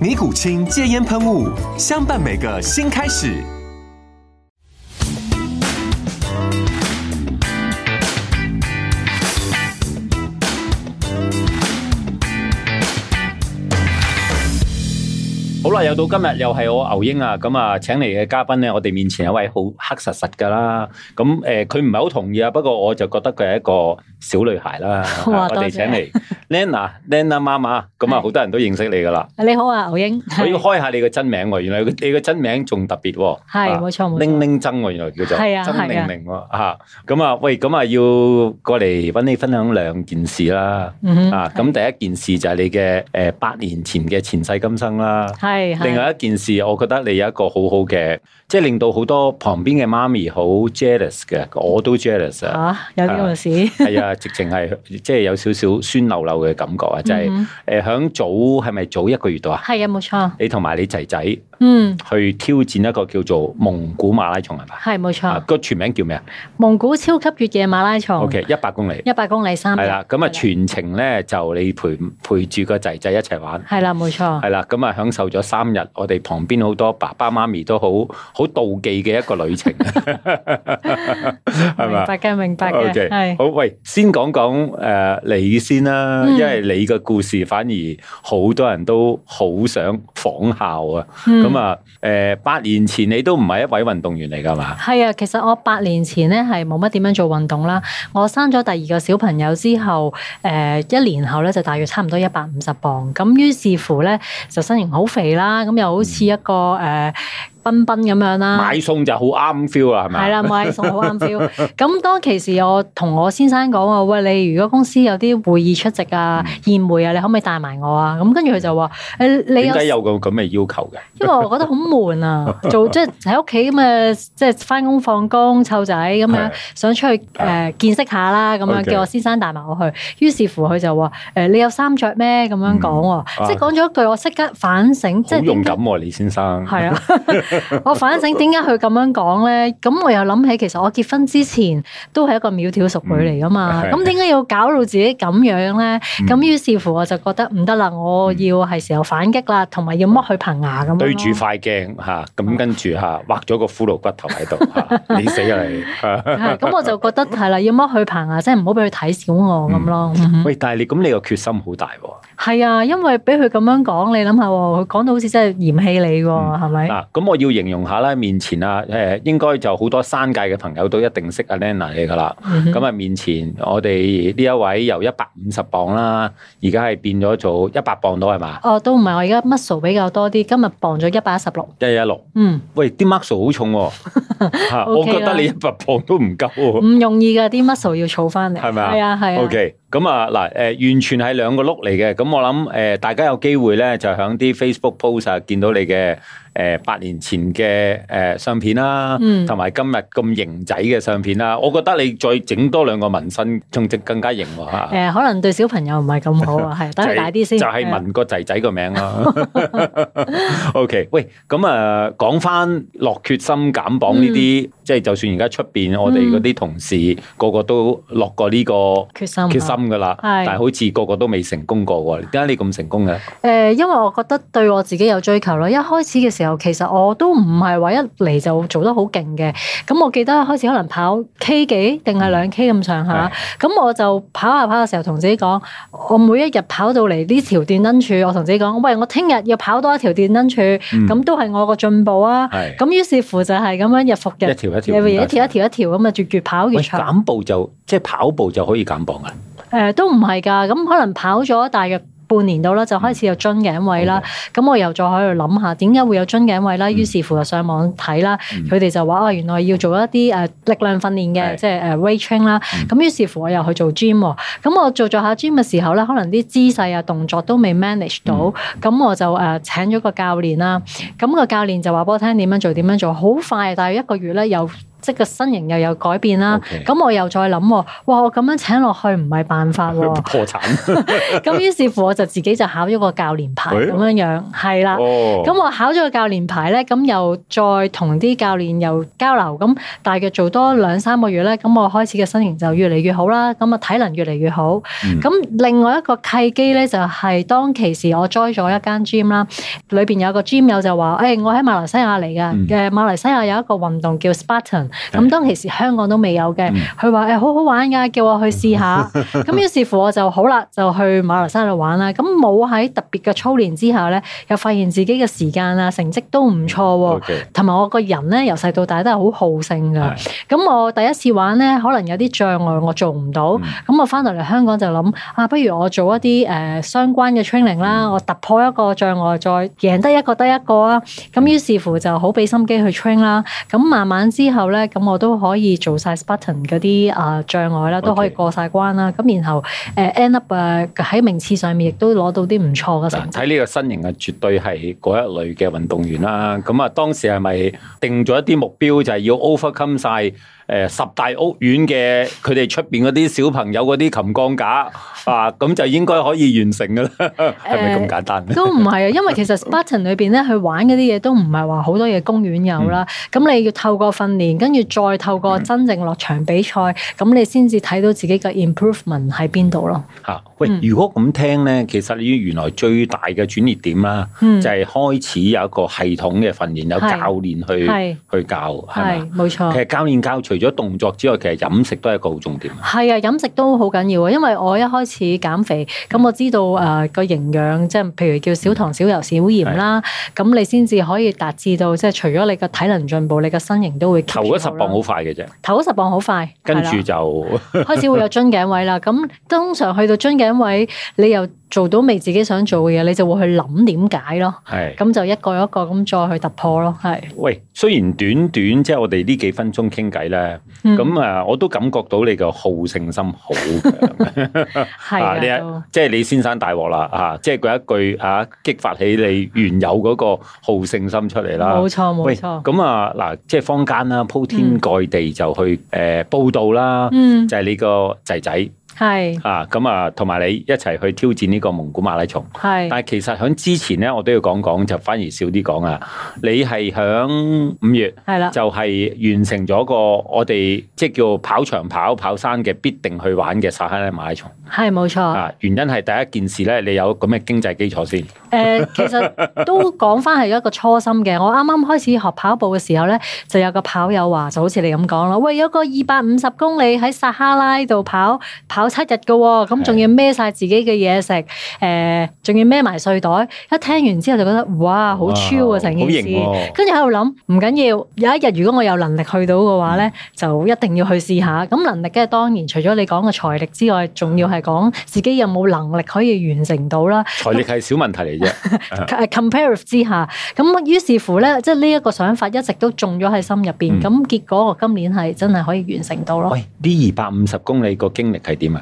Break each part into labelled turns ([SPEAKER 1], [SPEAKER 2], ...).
[SPEAKER 1] 尼古清戒烟喷雾，相伴每个新开始。
[SPEAKER 2] 好啦，又到今日又係我牛英啊，咁啊請嚟嘅嘉賓咧，我哋面前有位好黑實實噶啦，咁誒佢唔係好同意啊，不過我就覺得佢係一個小女孩啦。
[SPEAKER 3] 哇
[SPEAKER 2] 啊我
[SPEAKER 3] 多
[SPEAKER 2] 哋
[SPEAKER 3] 謝
[SPEAKER 2] 請嚟 Lena Lena 媽媽，咁啊
[SPEAKER 3] 係
[SPEAKER 2] 好多人都認識你噶啦。
[SPEAKER 3] 你好啊，牛英，系
[SPEAKER 2] 我要開下你嘅真名喎，原來你嘅真名仲特別喎，啊
[SPEAKER 3] 係冇錯冇錯
[SPEAKER 2] 玲玲曾喎，原來叫做
[SPEAKER 3] 係啊
[SPEAKER 2] 曾
[SPEAKER 3] 係
[SPEAKER 2] 玲
[SPEAKER 3] 啊
[SPEAKER 2] 玲喎嚇，咁啊喂，咁啊要過嚟揾你分享兩件事啦，
[SPEAKER 3] 嗯哼
[SPEAKER 2] 啊咁第一件事就係你嘅誒八年前嘅前世今生啦。
[SPEAKER 3] 系系，
[SPEAKER 2] 另外一件事，我覺得你有一個好好嘅，即係令到好多旁邊嘅媽咪好 jealous 嘅，我都 jealous 啊。
[SPEAKER 3] 啊有啲咁嘅事，
[SPEAKER 2] 係 啊，直情係即係有少少酸溜溜嘅感覺啊！就係
[SPEAKER 3] 嗯
[SPEAKER 2] 誒響早係咪早一個月度啊？
[SPEAKER 3] 係啊冇錯，
[SPEAKER 2] 你同埋你仔仔
[SPEAKER 3] 嗯
[SPEAKER 2] 去挑戰一個叫做蒙古馬拉松係嘛？
[SPEAKER 3] 係冇
[SPEAKER 2] 啊，
[SPEAKER 3] 錯，
[SPEAKER 2] 個全名叫咩啊
[SPEAKER 3] 蒙古超級越野馬拉松
[SPEAKER 2] ？OK，一百公里
[SPEAKER 3] 一百公里三日，
[SPEAKER 2] 係啦。咁啊，
[SPEAKER 3] 係
[SPEAKER 2] 全程咧就你陪陪住個仔仔一齊玩。
[SPEAKER 3] 係啦冇錯，
[SPEAKER 2] 係啦，咁啊享受咗三日，我哋旁邊好多爸爸媽咪都好好妒忌嘅一個旅 程，係
[SPEAKER 3] 明
[SPEAKER 2] 嘛
[SPEAKER 3] 白嘅明白嘅，
[SPEAKER 2] ？OK，
[SPEAKER 3] 係
[SPEAKER 2] 好，喂，先講講诶你先啦，
[SPEAKER 3] 嗯
[SPEAKER 2] 因為你嘅故事反而好多人都好想仿效啊。
[SPEAKER 3] 嗯
[SPEAKER 2] 咁啊，诶八年前你都唔係一位運動員嚟㗎嘛？
[SPEAKER 3] 係啊，其實我八年前咧係冇乜點樣做運動啦。我生咗第二個小朋友之後，誒、一年後咧就大約差唔多一百五十磅。咁於是乎咧就身形好肥啦，咁又好似一個誒、賓賓咁樣啦。
[SPEAKER 2] 嗯買餸就好啱 feel 啦，係咪？
[SPEAKER 3] 啊
[SPEAKER 2] 啊
[SPEAKER 3] 係啦，買餸好啱 feel。咁當其時，我同我先生講話，喂，你如果公司有啲會議出席啊、
[SPEAKER 2] 嗯
[SPEAKER 3] 宴會啊，你可唔可以帶埋我啊？咁跟住佢就話：誒，你
[SPEAKER 2] 點
[SPEAKER 3] 有
[SPEAKER 2] 解有個咁嘅要求嘅？
[SPEAKER 3] 因為我覺得好悶啊， 做即係喺屋企咁嘅，即係翻工放工湊仔咁
[SPEAKER 2] 係
[SPEAKER 3] 樣，想出去誒、呃見識下啦，咁
[SPEAKER 2] OK
[SPEAKER 3] 樣叫我先生帶埋我去。於是乎佢就話：誒、呃你有衫着咩？咁樣講
[SPEAKER 2] 嗯
[SPEAKER 3] 喎，即係講咗一句，我即刻反省，即
[SPEAKER 2] 好
[SPEAKER 3] 係
[SPEAKER 2] 勇
[SPEAKER 3] 點
[SPEAKER 2] 敢
[SPEAKER 3] 解？
[SPEAKER 2] 喎，李先生。
[SPEAKER 3] 係啊， 我反省點解佢咁樣講咧？咁我又諗起，其實我結婚之前都係一個苗條淑女嚟噶嘛。
[SPEAKER 2] 嗯
[SPEAKER 3] 咁點解要搞到自己咁樣咧？咁
[SPEAKER 2] 嗯
[SPEAKER 3] 於是乎我就覺得唔得啦，我要係時候反擊啦，同埋要剝佢棚牙咁樣咯。嗯
[SPEAKER 2] 對住塊鏡嚇，咁跟住嚇畫咗個骷髏骨頭喺 度嚇，你死啦你！
[SPEAKER 3] 係咁我就覺得係啦，要剝佢棚牙，即係唔好俾佢睇小我咁咯。嗯
[SPEAKER 2] 喂，但係你咁你個決心好大喎。
[SPEAKER 3] 係啊，因為俾佢咁樣講，你諗下喎，佢講到好似真係嫌棄你
[SPEAKER 2] 嗯
[SPEAKER 3] 喎，係咪？
[SPEAKER 2] 嗱，咁我要形容下啦，面前啊，誒應該就好多山界嘅朋友都一定識阿 Lena 你噶啦。
[SPEAKER 3] 嗯
[SPEAKER 2] 咁啊，面前我哋呢一位由一百五十磅啦，而家係變咗做一百磅到係嘛？
[SPEAKER 3] 哦，都唔係，我而家 muscle 比較多啲，今日磅咗一百一十六。
[SPEAKER 2] 一一六，
[SPEAKER 3] 嗯，
[SPEAKER 2] 喂，啲 muscle 好重喎， 嚇我
[SPEAKER 3] OK
[SPEAKER 2] 覺得
[SPEAKER 3] 啦
[SPEAKER 2] 你一百磅都唔夠喎。
[SPEAKER 3] 唔容易㗎，啲 muscle 要儲翻嚟。
[SPEAKER 2] 係咪啊
[SPEAKER 3] 係啊，係啊。
[SPEAKER 2] O.K. 咁啊嗱，誒、完全係兩個碌嚟嘅。咁我諗誒、大家有機會咧，就喺啲 Facebook post 啊，見到你嘅誒、八年前嘅誒、相片啦，
[SPEAKER 3] 嗯
[SPEAKER 2] 同埋、今日咁型仔嘅相片啦。我覺得你再整多兩個紋身，仲正更加型喎嚇。
[SPEAKER 3] 誒、可能對小朋友唔係咁好 啊，係等佢大啲先。
[SPEAKER 2] 就係
[SPEAKER 3] 係啊
[SPEAKER 2] 問個仔仔個名啦。OK，喂，咁啊，講翻落決心減磅呢啲，
[SPEAKER 3] 嗯
[SPEAKER 2] 即係就算而家出邊我哋嗰啲同事個個都落過呢個
[SPEAKER 3] 決心啊
[SPEAKER 2] 決心心噶啦，
[SPEAKER 3] 係
[SPEAKER 2] 但係好似個個都未成功過喎。點解你咁成功嘅？
[SPEAKER 3] 誒、因為我覺得對我自己有追求咯。一開始嘅時候，其實我都唔係話一嚟就做得好勁嘅。咁我記得一開始可能跑 K 幾
[SPEAKER 2] 嗯
[SPEAKER 3] 定係兩 K 咁上下。咁我就跑下跑嘅時候，同自己講：我每一日跑到嚟呢條電燈柱，我同自己講：喂，我聽日要跑多一條電燈柱，
[SPEAKER 2] 嗯
[SPEAKER 3] 咁、都係我個進步啊！
[SPEAKER 2] 係
[SPEAKER 3] 咁於是乎就係咁樣日復
[SPEAKER 2] 一
[SPEAKER 3] 日，
[SPEAKER 2] 條一條咁
[SPEAKER 3] 一
[SPEAKER 2] 打
[SPEAKER 3] 條一條一條咁啊，越越跑越
[SPEAKER 2] 喂，
[SPEAKER 3] 長。
[SPEAKER 2] 減步就即係跑步就可以減磅啊！
[SPEAKER 3] 誒、都唔係㗎，咁可能跑咗大約半年到啦，就開始有樽頸位
[SPEAKER 2] 嗯
[SPEAKER 3] 啦。咁我又再喺度諗下點解會有樽頸位啦，於是乎就上網睇啦，佢哋就話啊原來要做一啲誒、呃力量訓練嘅，
[SPEAKER 2] 嗯係嗯
[SPEAKER 3] 即係誒 weight train 啦。咁於是乎我又去做 gym 喎，咁我做做下 gym 嘅時候咧，可能啲姿勢啊動作都未 manage 到，
[SPEAKER 2] 嗯
[SPEAKER 3] 咁、我就誒、呃、請咗個教練啦。咁、個教練就話俾我聽點樣做點樣做，好快大約一個月咧又即係個身形又有改變啦。
[SPEAKER 2] OK
[SPEAKER 3] 咁我又再諗喎，哇！我咁樣請落去唔係辦法喎，
[SPEAKER 2] 破 產
[SPEAKER 3] 咁於是乎我就自己就考咗個教練牌
[SPEAKER 2] 哎
[SPEAKER 3] 咁樣樣，係啦。
[SPEAKER 2] 哦
[SPEAKER 3] 咁我考咗個教練牌咧，咁又再同啲教練又交流，咁大約做多兩三個月咧，咁我開始嘅身形就越嚟越好啦，咁啊體能越嚟越好。
[SPEAKER 2] 嗯
[SPEAKER 3] 咁、另外一個契機咧，就係、當其時我 join 咗一間 gym 啦，裏邊有個 gym 友就話：，誒、我喺馬來西亞嚟
[SPEAKER 2] 嗯
[SPEAKER 3] 嘅，嘅、馬來西亞有一個運動叫 Spartan，
[SPEAKER 2] 係
[SPEAKER 3] 咁當其時香港都未有嘅
[SPEAKER 2] 嗯，
[SPEAKER 3] 佢話誒好好玩㗎，叫我去 試下。咁於是乎我就好啦，就去馬來西亞度玩啦。咁冇喺特別嘅操練之下咧，又發現自己嘅時間啊成績都唔錯喎。
[SPEAKER 2] OK
[SPEAKER 3] 同埋我個人咧，由細到大都係好好勝㗎。
[SPEAKER 2] 係
[SPEAKER 3] 咁我第一次玩咧，可能有啲障礙我做唔到。
[SPEAKER 2] 嗯
[SPEAKER 3] 咁我翻到嚟香港就諗啊，不如我做一啲誒、呃相關嘅 training 啦，
[SPEAKER 2] 嗯
[SPEAKER 3] 我突破一個障礙，再贏得一個得一個啊。
[SPEAKER 2] 嗯
[SPEAKER 3] 咁於是乎就好俾心機去 train 啦。咁慢慢之後咧，咁我都可以做晒 Spartan 嗰啲啊障礙啦，都可以
[SPEAKER 2] OK
[SPEAKER 3] 過晒關啦。咁然後誒、呃 end up 誒喺名次上面亦都攞到啲唔錯嘅成
[SPEAKER 2] 嗱，
[SPEAKER 3] 績。
[SPEAKER 2] 睇呢個身形啊，絕對係嗰一類嘅運動員啦。咁啊，當時係咪定咗一啲目標，就係要 overcome 晒誒、呃十大屋苑嘅佢哋出邊嗰啲小朋友嗰啲琴鋼架啊？咁就應該可以完成㗎啦，係咪咁簡單咧？
[SPEAKER 3] 都唔係啊，因 為其實 Spartan 裏邊咧，佢玩嗰啲嘢都唔係話好多嘢公園有啦。
[SPEAKER 2] 嗯
[SPEAKER 3] 咁、你要透過訓練，跟住再透過真正落場比賽，咁你先至睇到自己嘅 improvement 喺邊度咯。
[SPEAKER 2] 嚇、喂，
[SPEAKER 3] 嗯
[SPEAKER 2] 如果咁聽咧，其實呢原來最大嘅轉捩點啦，
[SPEAKER 3] 嗯
[SPEAKER 2] 就係開始有一個系統嘅訓練，有
[SPEAKER 3] 係
[SPEAKER 2] 教練去
[SPEAKER 3] 係
[SPEAKER 2] 去教，係嘛？
[SPEAKER 3] 係哦冇錯
[SPEAKER 2] 其。實教練教除咗動作之外，其實飲食都係一個好重點。
[SPEAKER 3] 係啊，飲食都好緊要啊，因為我一開始減肥，咁我知道誒個營養，即係譬如叫少糖、少油、少鹽啦，咁你先至可以達至到，即係除咗你個體能進步，你個身形都會 keep
[SPEAKER 2] 頭嗰
[SPEAKER 3] 住
[SPEAKER 2] 十
[SPEAKER 3] 啦
[SPEAKER 2] 磅好，快嘅啫，
[SPEAKER 3] 頭嗰十磅好快，
[SPEAKER 2] 跟
[SPEAKER 3] 係啦
[SPEAKER 2] 住 就
[SPEAKER 3] 開始會有樽頸位啦。咁通常去到樽頸位，你又做到未自己想做嘅嘢，你就會去諗點解咯。
[SPEAKER 2] 係。
[SPEAKER 3] 咁就一個一個咁再去突破咯，係。
[SPEAKER 2] 喂，雖然短短即係我哋呢幾分鐘傾偈咧，
[SPEAKER 3] 嗯
[SPEAKER 2] 咁啊、我都感覺到你個好勝心好強。
[SPEAKER 3] 係
[SPEAKER 2] 啊，
[SPEAKER 3] 啊
[SPEAKER 2] 呢
[SPEAKER 3] 都
[SPEAKER 2] 一即係李先生大鑊啦啊！即係嗰一句啊，激發起你原有嗰個好勝心出嚟啦。
[SPEAKER 3] 冇錯嗯冇
[SPEAKER 2] 喂，
[SPEAKER 3] 錯。
[SPEAKER 2] 咁啊嗱，即係坊間啦，鋪天蓋地就去誒、呃、報道啦，
[SPEAKER 3] 嗯，
[SPEAKER 2] 就係你個仔仔
[SPEAKER 3] 係
[SPEAKER 2] 啊，咁啊同埋你一齊去挑戰呢個蒙古馬拉松。
[SPEAKER 3] 係
[SPEAKER 2] 但係其實喺之前咧，我都要講講，就反而少啲講啊。你係響五月
[SPEAKER 3] 係啦，
[SPEAKER 2] 就係完成咗個我哋即係叫跑長跑、跑山嘅必定去玩嘅撒哈拉馬拉松
[SPEAKER 3] 係冇錯。
[SPEAKER 2] 啊。原因係第一件事咧，你有咁嘅經濟基礎先。
[SPEAKER 3] 誒、呃其實都講翻係一個初心嘅。我啱啱開始學跑步嘅時候咧，就有個跑友話，就好似你咁講啦，喂，有個二百五十公里喺撒哈拉度跑跑七日嘅喎、咁仲要孭晒自己嘅嘢食，誒、仲要孭埋睡袋。一聽完之後就覺得，哇，好
[SPEAKER 2] 哇
[SPEAKER 3] chill 啊成件
[SPEAKER 2] 好
[SPEAKER 3] 事
[SPEAKER 2] 型喎。
[SPEAKER 3] 跟住喺度諗，唔緊要，有一日如果我有能力去到嘅話咧，就一定要去試下。咁能力嘅當然除咗你講嘅財力之外，仲要係講自己有冇能力可以完成到啦。
[SPEAKER 2] 財力係小問題嚟啫，
[SPEAKER 3] 誒呃 compare 之下，咁於是乎咧，即係呢一個想法一直都種咗喺心入邊。咁、結果我今年係真係可以完成到咯。
[SPEAKER 2] 嗯喂，呢二百五十公里個經歷係點啊？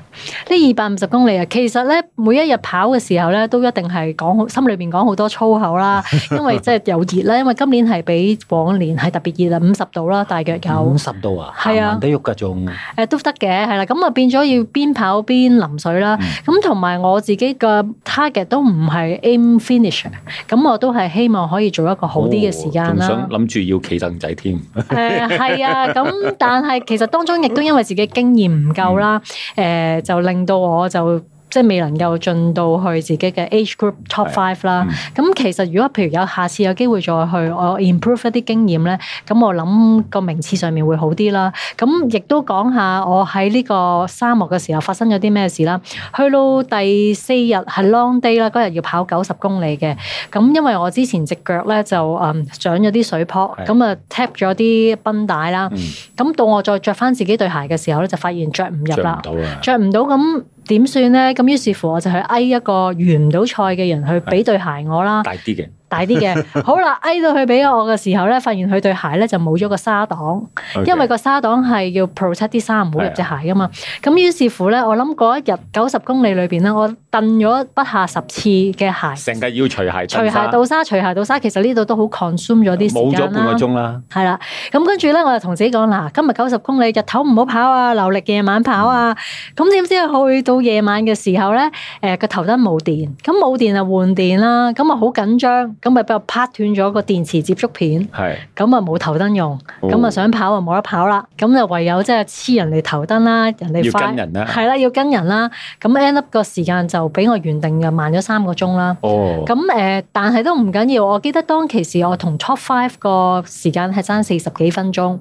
[SPEAKER 3] 呢二百五十公里啊，其實咧每一日跑嘅時候咧，都一定係講好心裏邊講好多粗口啦，因為即係又熱啦，因為今年係比往年係特別熱啊啦，五十度啦，大約有。呃
[SPEAKER 2] 十度啊
[SPEAKER 3] 係啊
[SPEAKER 2] 行得喐㗎仲。
[SPEAKER 3] 誒、都得嘅，係啦，咁啊變咗要邊跑邊淋水
[SPEAKER 2] 嗯
[SPEAKER 3] 啦。咁同埋我自己嘅 target 都唔係 aim finish，咁我都係希望可以做一個好啲嘅時間
[SPEAKER 2] 哦仲
[SPEAKER 3] 啦
[SPEAKER 2] 想。諗住要企凳仔添，
[SPEAKER 3] 誒係啊，咁但係其實當中亦都因為自己經驗唔夠啦，誒就令到我就。即係未能夠進到去自己嘅 age group top
[SPEAKER 2] 係
[SPEAKER 3] five 啦
[SPEAKER 2] 嗯。
[SPEAKER 3] 咁、其實如果譬如有下次有機會再去，我 improve 一啲經驗咧，咁我諗個名次上面會好啲啦。嗯咁亦都講下我喺呢個沙漠嘅時候發生咗啲咩事啦。去到第四日係 long day 啦，嗰日要跑九十公里嘅。咁因為我之前只腳咧就誒長咗啲水泡，
[SPEAKER 2] 係
[SPEAKER 3] 咁啊 tap 咗啲繃帶啦
[SPEAKER 2] 嗯。
[SPEAKER 3] 咁到我再着翻自己對鞋嘅時候咧，就發現着唔入
[SPEAKER 2] 着唔
[SPEAKER 3] 啦，
[SPEAKER 2] 到啊！
[SPEAKER 3] 着唔到咁點算咧？咁於是乎我就去嗌一個完唔到賽嘅人去俾對鞋我啦，
[SPEAKER 2] 大啲嘅，
[SPEAKER 3] 大啲嘅。好啦，嗌到佢俾我嘅時候咧，發現佢對鞋咧就冇咗個沙擋。因為個沙檔係要 protect 啲衫唔好入
[SPEAKER 2] 啊
[SPEAKER 3] 隻鞋噶嘛。咁於是乎咧，我諗嗰一日九十公里裏邊咧，我蹬咗不下十次嘅鞋，
[SPEAKER 2] 成日要除鞋，
[SPEAKER 3] 除鞋到沙，除鞋到沙，其實呢度都好 consume 咗啲
[SPEAKER 2] 冇
[SPEAKER 3] 時
[SPEAKER 2] 咗
[SPEAKER 3] 間
[SPEAKER 2] 半個
[SPEAKER 3] 啦。
[SPEAKER 2] 鐘啦，
[SPEAKER 3] 係啦，咁跟住咧，我就同自己講嗱，今日九十公里，日頭唔好跑啊，留力夜晚跑啊。咁點知去到夜晚嘅時候咧，誒、個頭燈冇電，咁冇電就換電啦，咁啊好緊張，咁咪俾我拍斷咗個電池接觸片。
[SPEAKER 2] 係
[SPEAKER 3] 咁啊冇頭燈用，
[SPEAKER 2] 哦
[SPEAKER 3] 咁啊想跑啊冇得跑啦，咁就唯有即係黐人哋頭燈啦，人哋
[SPEAKER 2] 要
[SPEAKER 3] 快
[SPEAKER 2] 跟人啊啦
[SPEAKER 3] 係啦要跟人啦，咁 end up 個時間就比我原定嘅慢咗三個鐘啦。
[SPEAKER 2] 哦，
[SPEAKER 3] 咁誒、呃但係都唔緊要。我記得當其時，我同 Top Five 個時間係爭四十幾分鐘。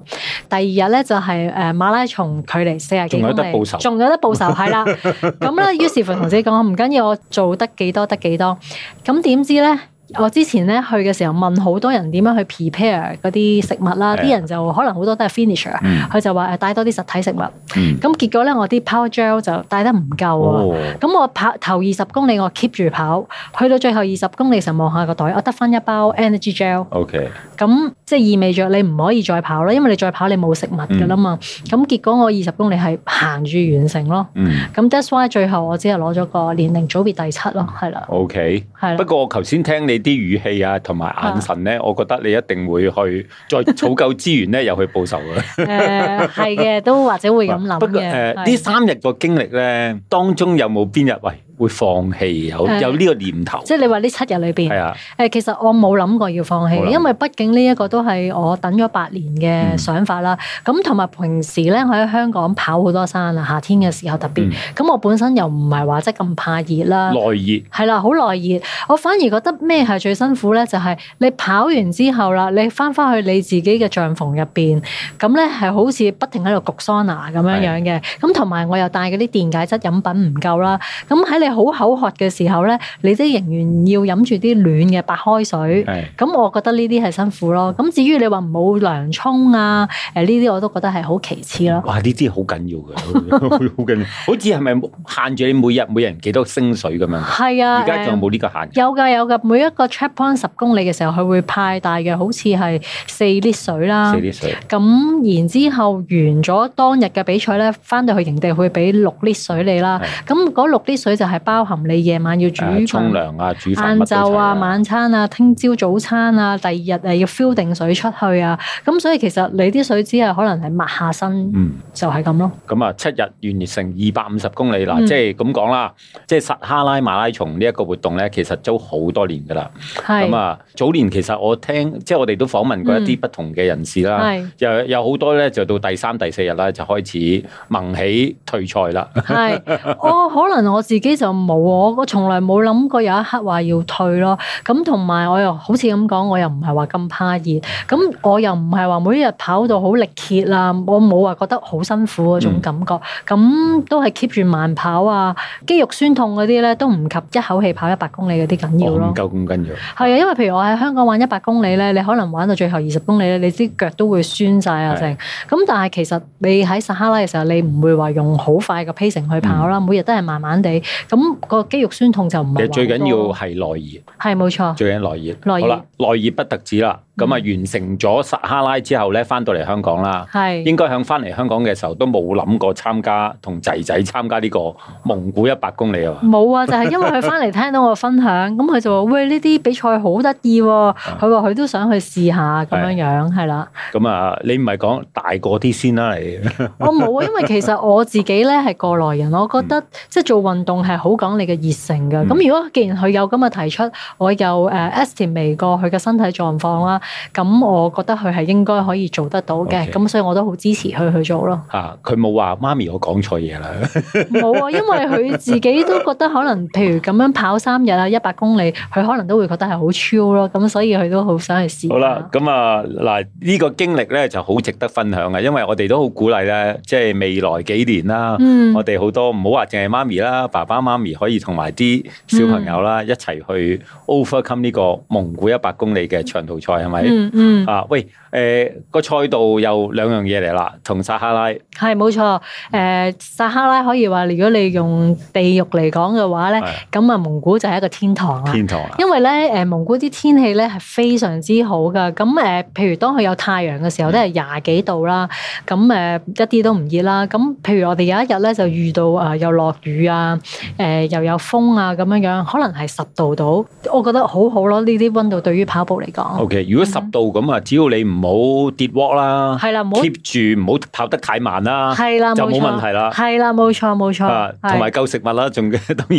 [SPEAKER 3] 第二日咧就係、呃馬拉松距離四十
[SPEAKER 2] 仲
[SPEAKER 3] 幾
[SPEAKER 2] 有
[SPEAKER 3] 公
[SPEAKER 2] 得報
[SPEAKER 3] 里，
[SPEAKER 2] 仇
[SPEAKER 3] 仲有得報仇，係啦。咁咧，於是乎同自己講唔緊要，我做得幾多得幾多。咁點知咧？我之前咧去嘅時候問好多人點樣去 prepare 嗰啲食物
[SPEAKER 2] 係啊
[SPEAKER 3] 啦，啲人就可能好多都係 finisher，
[SPEAKER 2] 嗯
[SPEAKER 3] 佢就話誒呃帶多啲實體食物。
[SPEAKER 2] 嗯
[SPEAKER 3] 咁結果咧，我啲 power gel 就帶得唔夠啊。
[SPEAKER 2] 哦，
[SPEAKER 3] 咁我跑頭二十公里，我 keep 住跑，去到最後二十公里時候望下個袋，我得翻一包 energy gel，
[SPEAKER 2] OK，
[SPEAKER 3] 咁即係意味着你唔可以再跑啦，因為你再跑你冇食物㗎啦嘛。咁、結果我二十公里係行住完成咯。
[SPEAKER 2] 嗯
[SPEAKER 3] 咁 that's why 最後我只係攞咗個年齡組別第七咯，係 啦，
[SPEAKER 2] ，OK。
[SPEAKER 3] 係
[SPEAKER 2] 不
[SPEAKER 3] 啦。啊
[SPEAKER 2] 過我頭先聽你啲語氣啊，同埋眼神咧，我覺得你一定會去再儲夠資源咧，又去報仇啊嘅。
[SPEAKER 3] 誒係嘅，都或者會咁諗
[SPEAKER 2] 啊不過
[SPEAKER 3] 嘅。
[SPEAKER 2] 誒，
[SPEAKER 3] 係
[SPEAKER 2] 呢三日個經歷咧，當中有冇邊日喂會放棄有
[SPEAKER 3] 誒
[SPEAKER 2] 有呢個念頭？
[SPEAKER 3] 即係你話呢七日裏邊
[SPEAKER 2] 係。啊，
[SPEAKER 3] 誒，其實我冇諗過要放棄
[SPEAKER 2] 冇諗，嗯過
[SPEAKER 3] 因為畢竟呢一個都係我等咗八年嘅想法啦。咁同埋平時咧，我喺香港跑好多山啊，夏天嘅時候特別
[SPEAKER 2] 嗯。
[SPEAKER 3] 咁、我本身又唔係話即係咁怕熱啦。
[SPEAKER 2] 內熱
[SPEAKER 3] 係啦，好耐熱，我反而覺得咩係最辛苦咧？就係、你跑完之後啦，你翻翻去你自己嘅帳篷入邊，咁咧係好似不停喺度焗桑拿咁樣樣嘅。咁同埋我又帶嗰啲電解質飲品唔夠啦。咁喺你好口渴嘅時候咧，你都仍然要飲住啲暖嘅白開水。
[SPEAKER 2] 係。
[SPEAKER 3] 咁我覺得呢啲係辛苦咯。咁至於你話冇涼衝啊，誒呢啲我都覺得係好其次咯。
[SPEAKER 2] 哇！呢啲好緊要嘅， 好好緊要。好似係咪限住你每日每人幾多升水咁樣？
[SPEAKER 3] 係啊，
[SPEAKER 2] 而家
[SPEAKER 3] 誒
[SPEAKER 2] 仲有冇呢個限？
[SPEAKER 3] 有㗎有㗎，每一個 checkpoint 十公里嘅時候，佢會派大約好似係四 l 水啦
[SPEAKER 2] 四。啲水。
[SPEAKER 3] 咁然之後完咗當日嘅比賽咧，翻到去營地會俾六 l 水你啦。咁嗰六 l 水就係包含你夜晚要煮
[SPEAKER 2] 誒沖
[SPEAKER 3] 飯、
[SPEAKER 2] 涼啊，煮飯乜
[SPEAKER 3] 晏
[SPEAKER 2] 都齊
[SPEAKER 3] 晝啊、
[SPEAKER 2] 啊
[SPEAKER 3] 晚餐啊、聽朝早餐啊、第二日誒要 fill 定水出去啊。咁所以其實你啲水只係可能係抹下身，
[SPEAKER 2] 嗯。
[SPEAKER 3] 就係咁咯。
[SPEAKER 2] 咁啊，七日完成二百五十公里嗱，
[SPEAKER 3] 嗯
[SPEAKER 2] 即係咁講啦，即係撒哈拉馬拉松呢一個活動咧，其實都好多年噶啦。咁
[SPEAKER 3] 係嗯
[SPEAKER 2] 啊，早年其實我聽，即係我哋都訪問過一啲不同嘅人士啦，
[SPEAKER 3] 係
[SPEAKER 2] 有有好多咧就到第三、第四日啦，就開始萌起退賽啦。
[SPEAKER 3] 係，我可能我自己就冇，我我從來冇諗過有一刻話要退咯。咁同埋我又好似咁講，我又唔係話咁怕熱，咁我又唔係話每一日跑到好力竭啦，我冇話覺得好辛苦嗰種感覺。咁、都係 keep 住慢跑啊，肌肉酸痛嗰啲咧都唔及一口氣跑一百公里嗰啲緊要
[SPEAKER 2] 哦唔
[SPEAKER 3] 咯。
[SPEAKER 2] 夠咁緊要，
[SPEAKER 3] 係啊，因為譬如我喺香港玩一百公里咧，你可能玩到最後二十公里咧，你啲腳都會酸晒啊
[SPEAKER 2] 係
[SPEAKER 3] 成。咁但係其實你喺撒哈拉嘅時候，你唔會話用好快嘅 pacing 去跑啦，
[SPEAKER 2] 嗯
[SPEAKER 3] 每日都係慢慢地，咁、個肌肉酸痛就唔係
[SPEAKER 2] 其
[SPEAKER 3] 話好
[SPEAKER 2] 實
[SPEAKER 3] 多。
[SPEAKER 2] 最緊要係內熱，
[SPEAKER 3] 係冇錯，
[SPEAKER 2] 最緊要內熱。
[SPEAKER 3] 內熱嗯
[SPEAKER 2] 好啦，內熱不特止啦，咁啊完成咗撒哈拉之後咧，翻到嚟香港啦。
[SPEAKER 3] 係
[SPEAKER 2] 應該響翻嚟香港嘅時候都冇諗過參加同仔仔參加呢個蒙古一百公里啊嘛。
[SPEAKER 3] 冇啊，就係、因為佢翻嚟聽到我分享，咁佢就話：喂，呢啲比賽好得意
[SPEAKER 2] 啊
[SPEAKER 3] 喎！佢話佢都想去試下咁樣樣，係啦。
[SPEAKER 2] 咁啊，你唔係講大個啲先啦，你
[SPEAKER 3] 我冇啊，因為其實我自己咧係過來人，我覺得即係做運動係好講你嘅熱誠嘅。
[SPEAKER 2] 嗯
[SPEAKER 3] 咁如果既然佢有咁嘅提出，我有誒 estimate 過佢嘅身體狀況啦，咁我覺得佢係應該可以做得到嘅。
[SPEAKER 2] OK
[SPEAKER 3] 咁所以我都好支持佢去做咯。
[SPEAKER 2] 啊，佢冇話媽咪，我講錯嘢啦。
[SPEAKER 3] 冇啊，因為佢自己都覺得可能，譬如咁樣跑三日啊，一百公里，佢可能都會覺得係好超咯。咁所以佢都好想去試。
[SPEAKER 2] 好啦，，咁啊嗱，呢、個經歷咧就好值得分享啊嘅，因為我哋都好鼓勵咧，即係未來幾年啦，
[SPEAKER 3] 嗯
[SPEAKER 2] 我哋好多唔好話淨係媽咪啦，爸爸媽咪可以同埋啲小朋友
[SPEAKER 3] 嗯
[SPEAKER 2] 啦、一齊去 overcome 呢個蒙古一百公里嘅長途賽係咪？
[SPEAKER 3] 嗯嗯，
[SPEAKER 2] 啊，喂，誒、個賽道有兩樣嘢嚟啦，同撒哈拉
[SPEAKER 3] 係冇錯。誒、
[SPEAKER 2] 嗯
[SPEAKER 3] 撒哈拉可以話，如果你用地獄嚟講嘅話咧
[SPEAKER 2] 係，
[SPEAKER 3] 咁啊蒙古就係一個天堂啦。
[SPEAKER 2] 天堂啊，
[SPEAKER 3] 因為咧，誒蒙古啲天氣咧係非常之好噶。咁誒，譬如當佢有太陽嘅時
[SPEAKER 2] 嗯
[SPEAKER 3] 候，都係廿幾度啦。咁誒一啲都唔熱啦。咁譬如我哋有一日咧就遇到誒又落雨啊，誒又有風啊咁樣樣，可能係十度到。我覺得好好咯，呢啲温度對於跑步嚟講，
[SPEAKER 2] OK，如果十度咁啊，只要你唔好跌窩啦，
[SPEAKER 3] 嗯係啦，唔好
[SPEAKER 2] keep 住唔好跑得太慢啦，
[SPEAKER 3] 係啦，
[SPEAKER 2] 啊就冇
[SPEAKER 3] 冇錯
[SPEAKER 2] 問題啦
[SPEAKER 3] 係啦，冇錯冇錯
[SPEAKER 2] 啊，，
[SPEAKER 3] 係
[SPEAKER 2] 同埋夠食物啦，仲 當然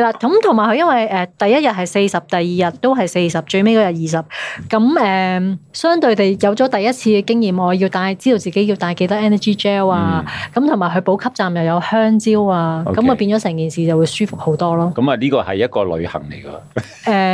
[SPEAKER 3] 啦，咁同埋佢因為誒、呃第一日係四十，第二日都係四十，最尾嗰日二十。咁誒、呃相對地有咗第一次嘅經驗，我要帶知道自己要帶幾多 energy gel 啊，咁同埋去補給站又有香蕉啊，咁
[SPEAKER 2] 嗯 OK
[SPEAKER 3] 啊變咗成件事就會舒服好多咯。
[SPEAKER 2] 咁啊，呢個係一個旅行嚟噶，
[SPEAKER 3] 誒、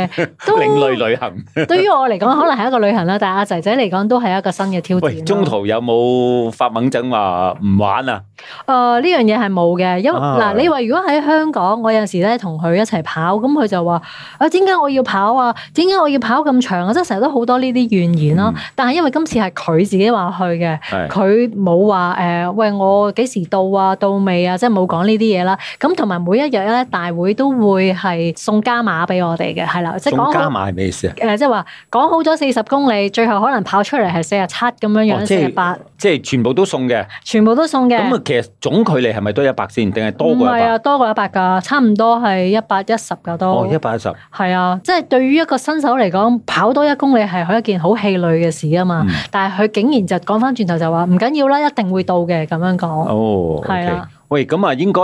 [SPEAKER 3] 都
[SPEAKER 2] 另類旅行。
[SPEAKER 3] 對於我嚟講，可能係一個旅行啦，但係阿仔仔嚟講都啊係一個新嘅挑戰
[SPEAKER 2] 喂，
[SPEAKER 3] 咯。
[SPEAKER 2] 中途有冇發猛整話唔玩啊？
[SPEAKER 3] 誒呃呢樣嘢係冇嘅，因為
[SPEAKER 2] 啊
[SPEAKER 3] 嗱、你話如果喺香港，我有時咧同佢一齊跑，咁佢就話啊點解我要跑啊？點解我要跑咁長啊？即係成日都好多呢啲怨言咯。
[SPEAKER 2] 嗯
[SPEAKER 3] 但係因為今次係佢自己話去嘅，
[SPEAKER 2] 係
[SPEAKER 3] 佢冇話誒喂我幾時到啊到未啊，即係冇講呢啲嘢啦。咁同埋每一日咧大會都會係送加碼俾我哋嘅，係啦，即係
[SPEAKER 2] 仲
[SPEAKER 3] 講
[SPEAKER 2] 加
[SPEAKER 3] 好。
[SPEAKER 2] 埋係咩意思啊？
[SPEAKER 3] 誒、即係話講好咗四十公里，最後可能跑出嚟係四十七咁樣樣，
[SPEAKER 2] 哦
[SPEAKER 3] 四
[SPEAKER 2] 即
[SPEAKER 3] 十
[SPEAKER 2] 係
[SPEAKER 3] 八，
[SPEAKER 2] 即係全部都送嘅。
[SPEAKER 3] 全部都送嘅。
[SPEAKER 2] 咁啊，其實總距離係咪都一百先，定係多過
[SPEAKER 3] 唔
[SPEAKER 2] 一
[SPEAKER 3] 係啊，
[SPEAKER 2] 百？
[SPEAKER 3] 多過一百㗎，差唔多係一百一十㗎
[SPEAKER 2] 哦，
[SPEAKER 3] 都。
[SPEAKER 2] 一百一十。
[SPEAKER 3] 係啊，即係對於一個新手嚟講，跑多一公里係佢一件好氣餒嘅事啊嘛。
[SPEAKER 2] 嗯
[SPEAKER 3] 但係佢竟然就講翻轉頭就話唔緊要啦，一定會到嘅咁樣講。
[SPEAKER 2] 哦
[SPEAKER 3] 係
[SPEAKER 2] ，OK
[SPEAKER 3] 啊。
[SPEAKER 2] 喂，咁啊，應該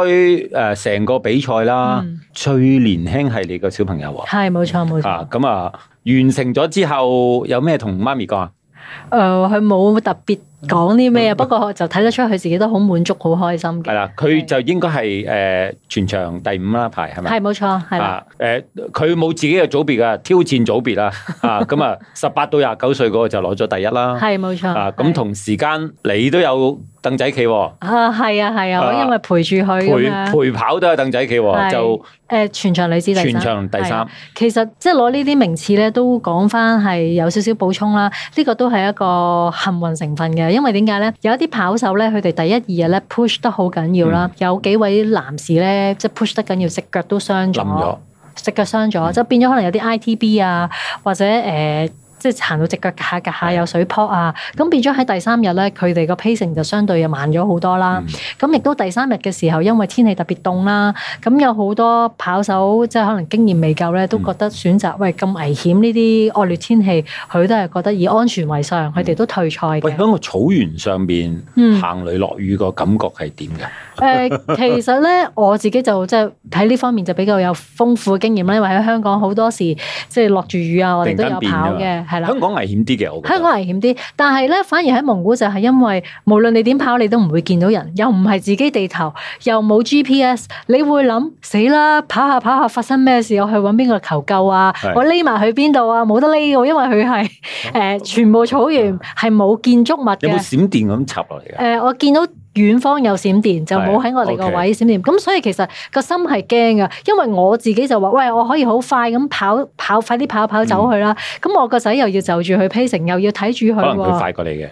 [SPEAKER 2] 誒成個比賽啦
[SPEAKER 3] 嗯，
[SPEAKER 2] 最年輕係你個小朋友啊。
[SPEAKER 3] 係冇錯冇錯
[SPEAKER 2] 啊，，咁啊，完成咗之後有咩同媽咪講啊？
[SPEAKER 3] 誒佢冇特別講啲咩，不過就睇得出佢自己都好滿足、好開心
[SPEAKER 2] 嗯係
[SPEAKER 3] 嘅。
[SPEAKER 2] 啦，佢就應該係誒全場第五啦排係咪？
[SPEAKER 3] 係冇錯，係啦，
[SPEAKER 2] 啊，誒，佢冇自己嘅組別噶，挑戰組 別啦，啊，咁啊，十八到廿九歲嗰個就攞咗第一啦，
[SPEAKER 3] 係冇錯。
[SPEAKER 2] 啊，咁
[SPEAKER 3] 係
[SPEAKER 2] 同時間你都有凳仔企喎，
[SPEAKER 3] 啊係啊係啊，我
[SPEAKER 2] 啊
[SPEAKER 3] 因為陪住佢
[SPEAKER 2] 陪
[SPEAKER 3] 咁樣。
[SPEAKER 2] 陪跑都有凳仔企喎，
[SPEAKER 3] 係
[SPEAKER 2] 就
[SPEAKER 3] 誒全場女子第三，
[SPEAKER 2] 全場第
[SPEAKER 3] 係
[SPEAKER 2] 三
[SPEAKER 3] 啊。其實即係攞呢啲名次咧，都講翻係有少少補充啦。呢個都係一個幸運成分嘅，因為點解咧？有一啲跑手咧，佢哋第一二日咧 push 得好緊要
[SPEAKER 2] 嗯
[SPEAKER 3] 啦。有幾位男士咧，即係 push 得緊要，隻腳都傷
[SPEAKER 2] 冧咗
[SPEAKER 3] 咗，隻腳傷咗，即係變咗可能有啲 ITB 啊，或者誒。呃即係行到隻腳夾下夾下有水泡啊，咁變咗喺第三日咧，佢哋個 pacing 就相對又慢咗好多啦。咁亦都第三日嘅時候，因為天氣特別凍啦，咁有好多跑手即係可能經驗未夠咧，都覺得選擇喂咁危險呢啲惡劣天氣，佢都係覺得以安全為上，佢哋都退賽
[SPEAKER 2] 喂，
[SPEAKER 3] 嘅。
[SPEAKER 2] 喺個草原上邊
[SPEAKER 3] 嗯
[SPEAKER 2] 行雷落雨個感覺係點嘅？
[SPEAKER 3] 誒、呃其實咧我自己就即係喺呢方面就比較有豐富嘅經驗啦，因為喺香港好多時即係落住雨啊，我哋都有
[SPEAKER 2] 突然間
[SPEAKER 3] 跑
[SPEAKER 2] 變
[SPEAKER 3] 嘅，係啦。
[SPEAKER 2] 香港危險啲嘅，我覺
[SPEAKER 3] 香
[SPEAKER 2] 得。
[SPEAKER 3] 港危險啲，但係咧反而喺蒙古就係因為無論你點跑，你都唔會見到人，又唔係自己地頭，又冇 GPS，你會諗死啦，跑下跑下發生咩事，我去揾邊個求救啊
[SPEAKER 2] 係？哦
[SPEAKER 3] 我匿埋去邊度啊？冇得匿喎，因為佢係誒全部草原係冇建築物
[SPEAKER 2] 有冇
[SPEAKER 3] 嘅。
[SPEAKER 2] 閃電咁插落嚟
[SPEAKER 3] 誒、
[SPEAKER 2] 㗎？
[SPEAKER 3] 呃我見到遠方有閃電，就冇喺我哋個位閃電。咁所以其實個心係驚噶，因為我自己就話：喂，我可以好快咁跑跑，快啲跑跑走去啦。咁、我個仔又要就住佢 pacing，又要睇住
[SPEAKER 2] 嗯可
[SPEAKER 3] 佢
[SPEAKER 2] 能佢
[SPEAKER 3] 喎。
[SPEAKER 2] 快過你嘅，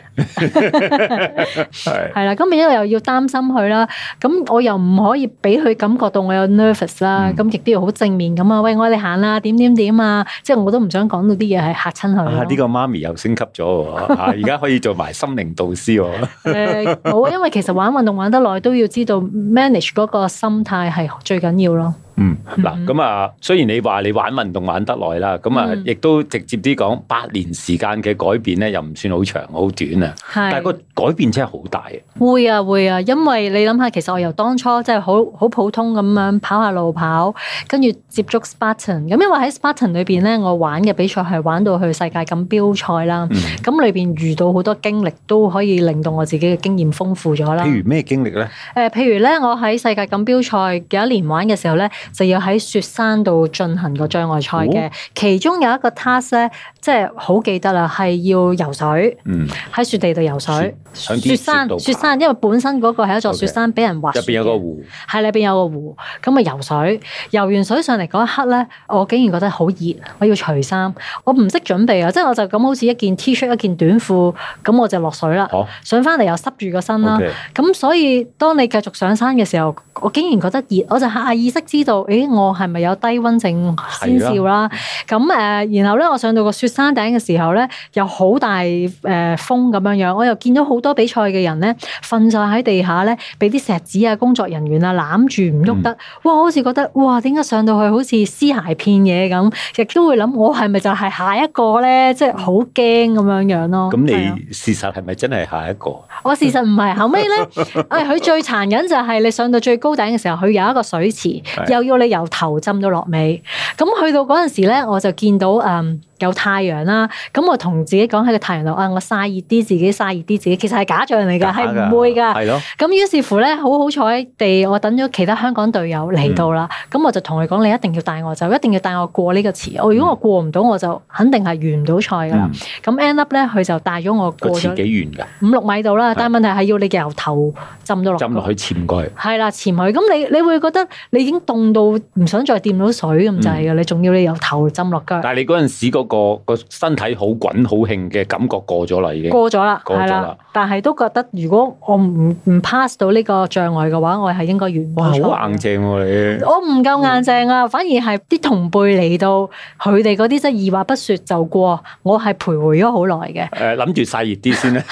[SPEAKER 2] 係
[SPEAKER 3] 係啦，咁變咗又要擔心佢啦，咁我又唔可以俾佢感覺到我有 nervous 啦，
[SPEAKER 2] 嗯
[SPEAKER 3] 咁亦都要好正面咁啊，喂，我哋行啦，點點點啊，即係我都唔想講到啲嘢係嚇親佢
[SPEAKER 2] 啊！
[SPEAKER 3] 咯
[SPEAKER 2] 呢、。個媽咪又升級咗喎， 啊而家可以做埋心靈導師喎。
[SPEAKER 3] 誒 冇啊，因為其實玩運動玩得耐都要知道 manage 嗰個心態係最緊要咯。
[SPEAKER 2] 嗯，嗱，咁啊，雖然你話你玩運動玩得耐啦，咁啊
[SPEAKER 3] 嗯，
[SPEAKER 2] 亦都直接啲講，八年時間嘅改變咧，又唔算好長，好短啊。但係
[SPEAKER 3] 係
[SPEAKER 2] 個改變真係好大啊！
[SPEAKER 3] 會啊會啊，因為你諗下，其實我由當初即係好好普通咁樣跑下路跑，跟住接觸 Spartan。咁因為喺 Spartan 裏邊咧，我玩嘅比賽係玩到去世界錦標賽啦。
[SPEAKER 2] 嗯，
[SPEAKER 3] 咁裏邊遇到好多經歷，都可以令到我自己嘅經驗豐富咗啦。
[SPEAKER 2] 譬如咩經歷咧？
[SPEAKER 3] 誒、譬如咧，我喺世界錦標賽有一年玩嘅時候咧，就要喺雪山度進行個障礙賽
[SPEAKER 2] 哦
[SPEAKER 3] 嘅。其中有一個 task 咧，即係好記得啦，係要游水，
[SPEAKER 2] 嗯，
[SPEAKER 3] 喺雪地度游水。
[SPEAKER 2] 雪響啲雪度
[SPEAKER 3] 雪山，
[SPEAKER 2] 爬
[SPEAKER 3] 雪山，因為本身嗰個係一座
[SPEAKER 2] OK
[SPEAKER 3] 雪山，俾人滑雪
[SPEAKER 2] 入
[SPEAKER 3] 嘅。
[SPEAKER 2] 邊有個湖，
[SPEAKER 3] 係裏邊有個湖，咁啊游水，游完水上嚟嗰一刻咧，我竟然覺得好熱，我要除衫，我唔識準備啊，即係我就咁好似一件 T 恤一件短褲，咁我就落水啦，
[SPEAKER 2] 哦
[SPEAKER 3] 上翻嚟又濕住個身啦，
[SPEAKER 2] ，OK，
[SPEAKER 3] 咁所以當你繼續上山嘅時候，我竟然覺得熱，我就下意識知道，誒我係咪有低温症先兆
[SPEAKER 2] 啊
[SPEAKER 3] 啦？咁誒、呃然後咧我上到個雪山頂嘅時候咧，有好大誒、呃、風咁樣樣，我又見到好多比賽嘅人咧瞓晒喺地下咧，俾啲石子啊、工作人員啊攬住唔喐
[SPEAKER 2] 嗯
[SPEAKER 3] 得，哇！好似覺得哇，點解上到去好似屍骸片嘢咁，亦都會諗我係咪就係下一個咧？即係好驚咁樣樣咯。
[SPEAKER 2] 咁
[SPEAKER 3] 係啊
[SPEAKER 2] 你事實係咪真係下一個？
[SPEAKER 3] 我事實唔係，後尾咧，誒 佢最殘忍就係你上到最高頂嘅時候，佢有一個水池，又要你由頭浸到落尾。咁去到嗰陣時咧，我就見到誒、嗯有太陽啦。咁我同自己講喺個太陽度啊，我曬熱啲自己，曬熱啲自己，其實係假象嚟㗎，係唔會㗎。
[SPEAKER 2] 係咯，
[SPEAKER 3] 咁於是乎咧，好好彩地，我等咗其他香港隊友嚟到啦。
[SPEAKER 2] 嗯
[SPEAKER 3] 咁、我就同佢講：你一定要帶我走，一定要帶我過呢個池。哦我如果我過唔到，我就肯定係完唔到賽㗎啦
[SPEAKER 2] 嗯。
[SPEAKER 3] 咁、end up 咧，佢就帶咗我
[SPEAKER 2] 個
[SPEAKER 3] 過
[SPEAKER 2] 池
[SPEAKER 3] 咗
[SPEAKER 2] 幾遠㗎？
[SPEAKER 3] 五六米度啦，但係問題係要你由頭浸到落
[SPEAKER 2] 浸落
[SPEAKER 3] 去，
[SPEAKER 2] 去潛過去，
[SPEAKER 3] 係啦，潛去。咁你你會覺得你已經凍到唔想再掂到水咁滯嘅，你仲要你由頭浸落腳，
[SPEAKER 2] 嗯但係你嗰陣時嗰個個身體好滾好興嘅感覺過咗啦，已經。
[SPEAKER 3] 過咗啦，
[SPEAKER 2] 過咗
[SPEAKER 3] 係
[SPEAKER 2] 啦
[SPEAKER 3] 啦。但係都覺得如果我唔唔 pass 到呢個障礙嘅話，我係應該完
[SPEAKER 2] 哇，
[SPEAKER 3] 賽
[SPEAKER 2] 好硬正喎你！
[SPEAKER 3] 我唔夠硬正啊，反而係啲同輩嚟到，佢哋嗰啲真係二話不說就過，我係徘徊咗好耐 嘅。
[SPEAKER 2] 誒諗住曬熱啲先啦，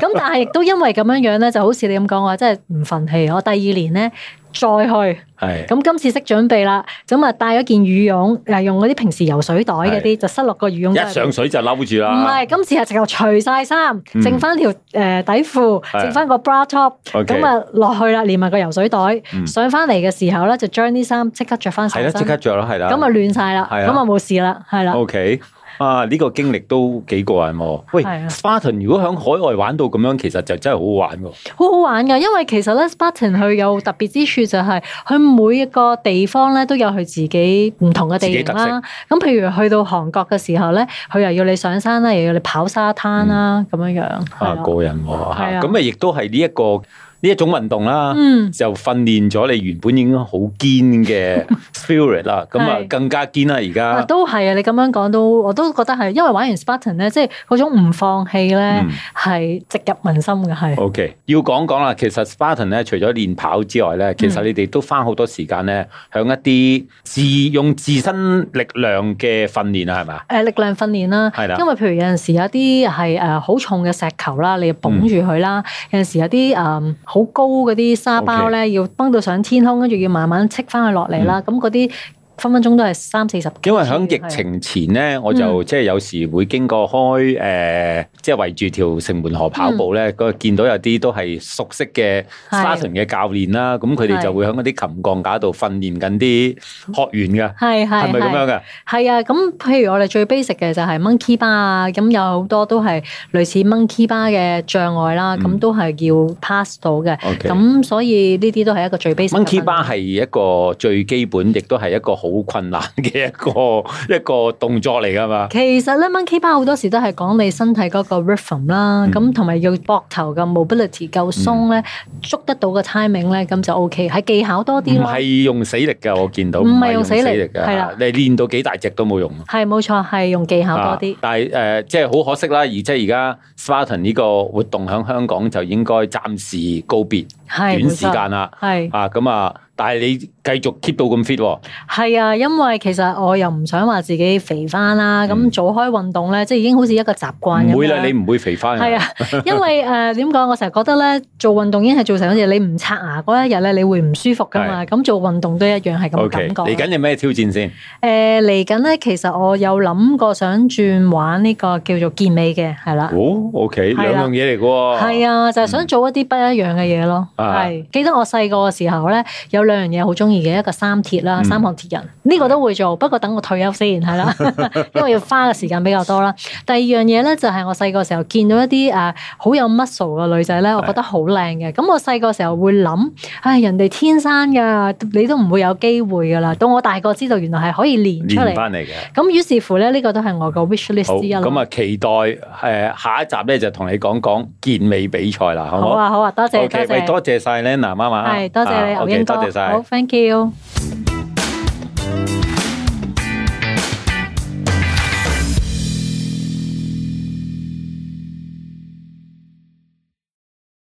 [SPEAKER 3] 咁但係亦都因為咁樣樣咧，就好似你咁講，我真係唔忿氣。我第二年咧再去。
[SPEAKER 2] 係。
[SPEAKER 3] 咁今次識準備啦，咁啊帶咗件羽絨，誒用嗰啲平時游水袋嗰啲，就塞落個羽絨
[SPEAKER 2] 一
[SPEAKER 3] 袋入邊。
[SPEAKER 2] 上水就嬲住
[SPEAKER 3] 唔
[SPEAKER 2] 啦。
[SPEAKER 3] 係，今次係直頭除晒衫，
[SPEAKER 2] 嗯
[SPEAKER 3] 剩翻條誒底褲，
[SPEAKER 2] 係
[SPEAKER 3] 剩翻個 bra top，
[SPEAKER 2] OK
[SPEAKER 3] 咁啊落去啦，連埋個游水袋，
[SPEAKER 2] 嗯
[SPEAKER 3] 上翻嚟嘅時候咧，就將啲衫即刻着翻
[SPEAKER 2] 係
[SPEAKER 3] 上
[SPEAKER 2] 啦，即刻
[SPEAKER 3] 身，
[SPEAKER 2] 着啦，係啦。
[SPEAKER 3] 咁啊亂晒啦，
[SPEAKER 2] 係啊
[SPEAKER 3] 咁啊冇事啦，係啦，
[SPEAKER 2] O K，啊呢、個經歷都幾過癮喎。喂
[SPEAKER 3] 係啊
[SPEAKER 2] ，Spartan 如果喺海外玩到咁樣，其實就真係好好玩喎。
[SPEAKER 3] 好好玩㗎，因為其實咧 Spartan 佢有特別之處就係佢每一個地方咧都有佢自己唔同嘅地形啦。咁譬如去到韓國嘅時候咧，佢又要你上山啊啦，又要你跑沙灘啦，咁樣樣
[SPEAKER 2] 啊
[SPEAKER 3] 係啦。
[SPEAKER 2] 過癮喎
[SPEAKER 3] 係
[SPEAKER 2] 嚇
[SPEAKER 3] 啊
[SPEAKER 2] 咁啊亦都係呢一個呢一種運動啦。
[SPEAKER 3] 嗯，
[SPEAKER 2] 就訓練咗你原本已經好堅 嘅 spirit 啦，咁啊
[SPEAKER 3] 係
[SPEAKER 2] 更加堅啦而
[SPEAKER 3] 啊
[SPEAKER 2] 家。
[SPEAKER 3] 都係啊！你咁樣講都，我都覺得係，因為玩完 Spartan 咧，即係嗰種唔放棄咧
[SPEAKER 2] 嗯，
[SPEAKER 3] 係植入民心嘅，係
[SPEAKER 2] O、k 要講講啦，其實 Spartan 咧，除咗練跑之外
[SPEAKER 3] 嗯
[SPEAKER 2] 咧，其實你哋都花好多時間咧，響一啲自用自身力量嘅訓練啊，係咪啊？
[SPEAKER 3] 誒呃力量訓練啦
[SPEAKER 2] 係啦，
[SPEAKER 3] 因為譬如有陣時有啲係誒好重嘅石球啦，你要捧住佢啦；有
[SPEAKER 2] 嗯
[SPEAKER 3] 陣時有啲誒好高嗰啲沙包咧，要崩到上天空，跟住要慢慢擸翻佢落嚟啦。咁嗰啲分分鐘都係三四十 kg 嘅。
[SPEAKER 2] 嗯因為喺疫情前咧，我
[SPEAKER 3] 嗯
[SPEAKER 2] 就即係有時會經過開誒、呃即係圍住條城門河跑步咧，嗰、見到有啲都係熟悉嘅
[SPEAKER 3] 嗯係
[SPEAKER 2] Spartan 嘅教練啦，咁佢哋
[SPEAKER 3] 係
[SPEAKER 2] 就會喺嗰啲琴鋼架度訓練緊啲學員噶，
[SPEAKER 3] 係，係
[SPEAKER 2] 係
[SPEAKER 3] 係
[SPEAKER 2] 咪咁樣
[SPEAKER 3] 係
[SPEAKER 2] 噶？
[SPEAKER 3] 係啊！咁譬如我哋最 basic 嘅就係 monkey bar 啊，咁有好多都係類似 monkey bar 嘅障礙啦，咁
[SPEAKER 2] 嗯
[SPEAKER 3] 都係要 pass 到嘅。
[SPEAKER 2] OK
[SPEAKER 3] 咁所以呢啲都係一個最 basic 嘅
[SPEAKER 2] Monkey
[SPEAKER 3] 訓練
[SPEAKER 2] bar 係一個最基本，亦都係一個好好困難嘅一個 一個動作嚟㗎嘛。
[SPEAKER 3] 其實咧，monkey bar 好多時都係講你身體嗰個 rhythm 啦，
[SPEAKER 2] 嗯
[SPEAKER 3] 咁同埋要膊頭嘅 mobility 夠鬆咧，捉得到個 timing 咧，咁就 OK，係技巧多啲
[SPEAKER 2] 唔
[SPEAKER 3] 咯。
[SPEAKER 2] 係用死力㗎，我見到
[SPEAKER 3] 唔係
[SPEAKER 2] 係
[SPEAKER 3] 用死力
[SPEAKER 2] 㗎啊
[SPEAKER 3] 係啦
[SPEAKER 2] 你練到幾大隻都冇用。
[SPEAKER 3] 係冇錯，係用技巧多啲
[SPEAKER 2] 啊。但係誒、呃即係好可惜啦，而即係而家 Spartan 呢個活動喺香港就應該暫時告別
[SPEAKER 3] 係
[SPEAKER 2] 短
[SPEAKER 3] 冇
[SPEAKER 2] 時
[SPEAKER 3] 錯
[SPEAKER 2] 間啦。
[SPEAKER 3] 係
[SPEAKER 2] 啊，咁啊，但係你繼續 keep 到咁 fit 喎，
[SPEAKER 3] 係啊，因為其實我又唔想話自己肥翻啦，
[SPEAKER 2] 嗯
[SPEAKER 3] 咁做開運動咧，即係已經好似一個習慣咁
[SPEAKER 2] 唔會啦，
[SPEAKER 3] 樣
[SPEAKER 2] 你唔會肥翻。
[SPEAKER 3] 係啊，因為誒點講，我成日覺得咧，做運動已經係做成好似你唔刷牙嗰一日咧，你會唔舒服噶嘛。咁做運動都一樣係咁嘅
[SPEAKER 2] O
[SPEAKER 3] 感
[SPEAKER 2] K，
[SPEAKER 3] 覺啦。
[SPEAKER 2] 嚟緊有咩挑戰先？
[SPEAKER 3] 誒呃嚟緊咧，其實我有諗過想轉玩呢個叫做健美嘅，係啦。
[SPEAKER 2] 哦，O K，
[SPEAKER 3] 係啦
[SPEAKER 2] 兩樣嘢嚟嘅喎。
[SPEAKER 3] 係啊，就係想做一啲不一樣嘅嘢咯。
[SPEAKER 2] 嗯啊
[SPEAKER 3] 係記得我細個嘅時候咧，有兩樣嘢好中意嘅，一個三鐵啦，
[SPEAKER 2] 嗯
[SPEAKER 3] 三項鐵人呢個都會做，不過等我退休先 係啦， 因為要花嘅時間比較多啦。第二樣嘢咧就係我細個時候見到一啲誒好有 muscle 嘅女仔咧，我覺得好靚嘅。咁我細個時候會諗，唉，人哋天生㗎，你都唔會有機會㗎啦。到我大個知道原來係可以練出
[SPEAKER 2] 練
[SPEAKER 3] 嚟。
[SPEAKER 2] 翻嚟嘅。
[SPEAKER 3] 咁於是乎咧，呢、個都係我個 wish
[SPEAKER 2] 好，
[SPEAKER 3] list 之一啦。
[SPEAKER 2] 咁啊，期待誒、呃下一集咧就同你講講健美比賽啦，好唔
[SPEAKER 3] 好
[SPEAKER 2] 好？
[SPEAKER 3] 啊，好啊，多謝
[SPEAKER 2] OK，
[SPEAKER 3] 多
[SPEAKER 2] 喂，
[SPEAKER 3] 謝，
[SPEAKER 2] 多謝晒 Lena 媽媽啊。
[SPEAKER 3] 係多謝你
[SPEAKER 2] 啊
[SPEAKER 3] 牛
[SPEAKER 2] ，OK，
[SPEAKER 3] 英哥，
[SPEAKER 2] 多謝晒
[SPEAKER 3] 好。，thank you。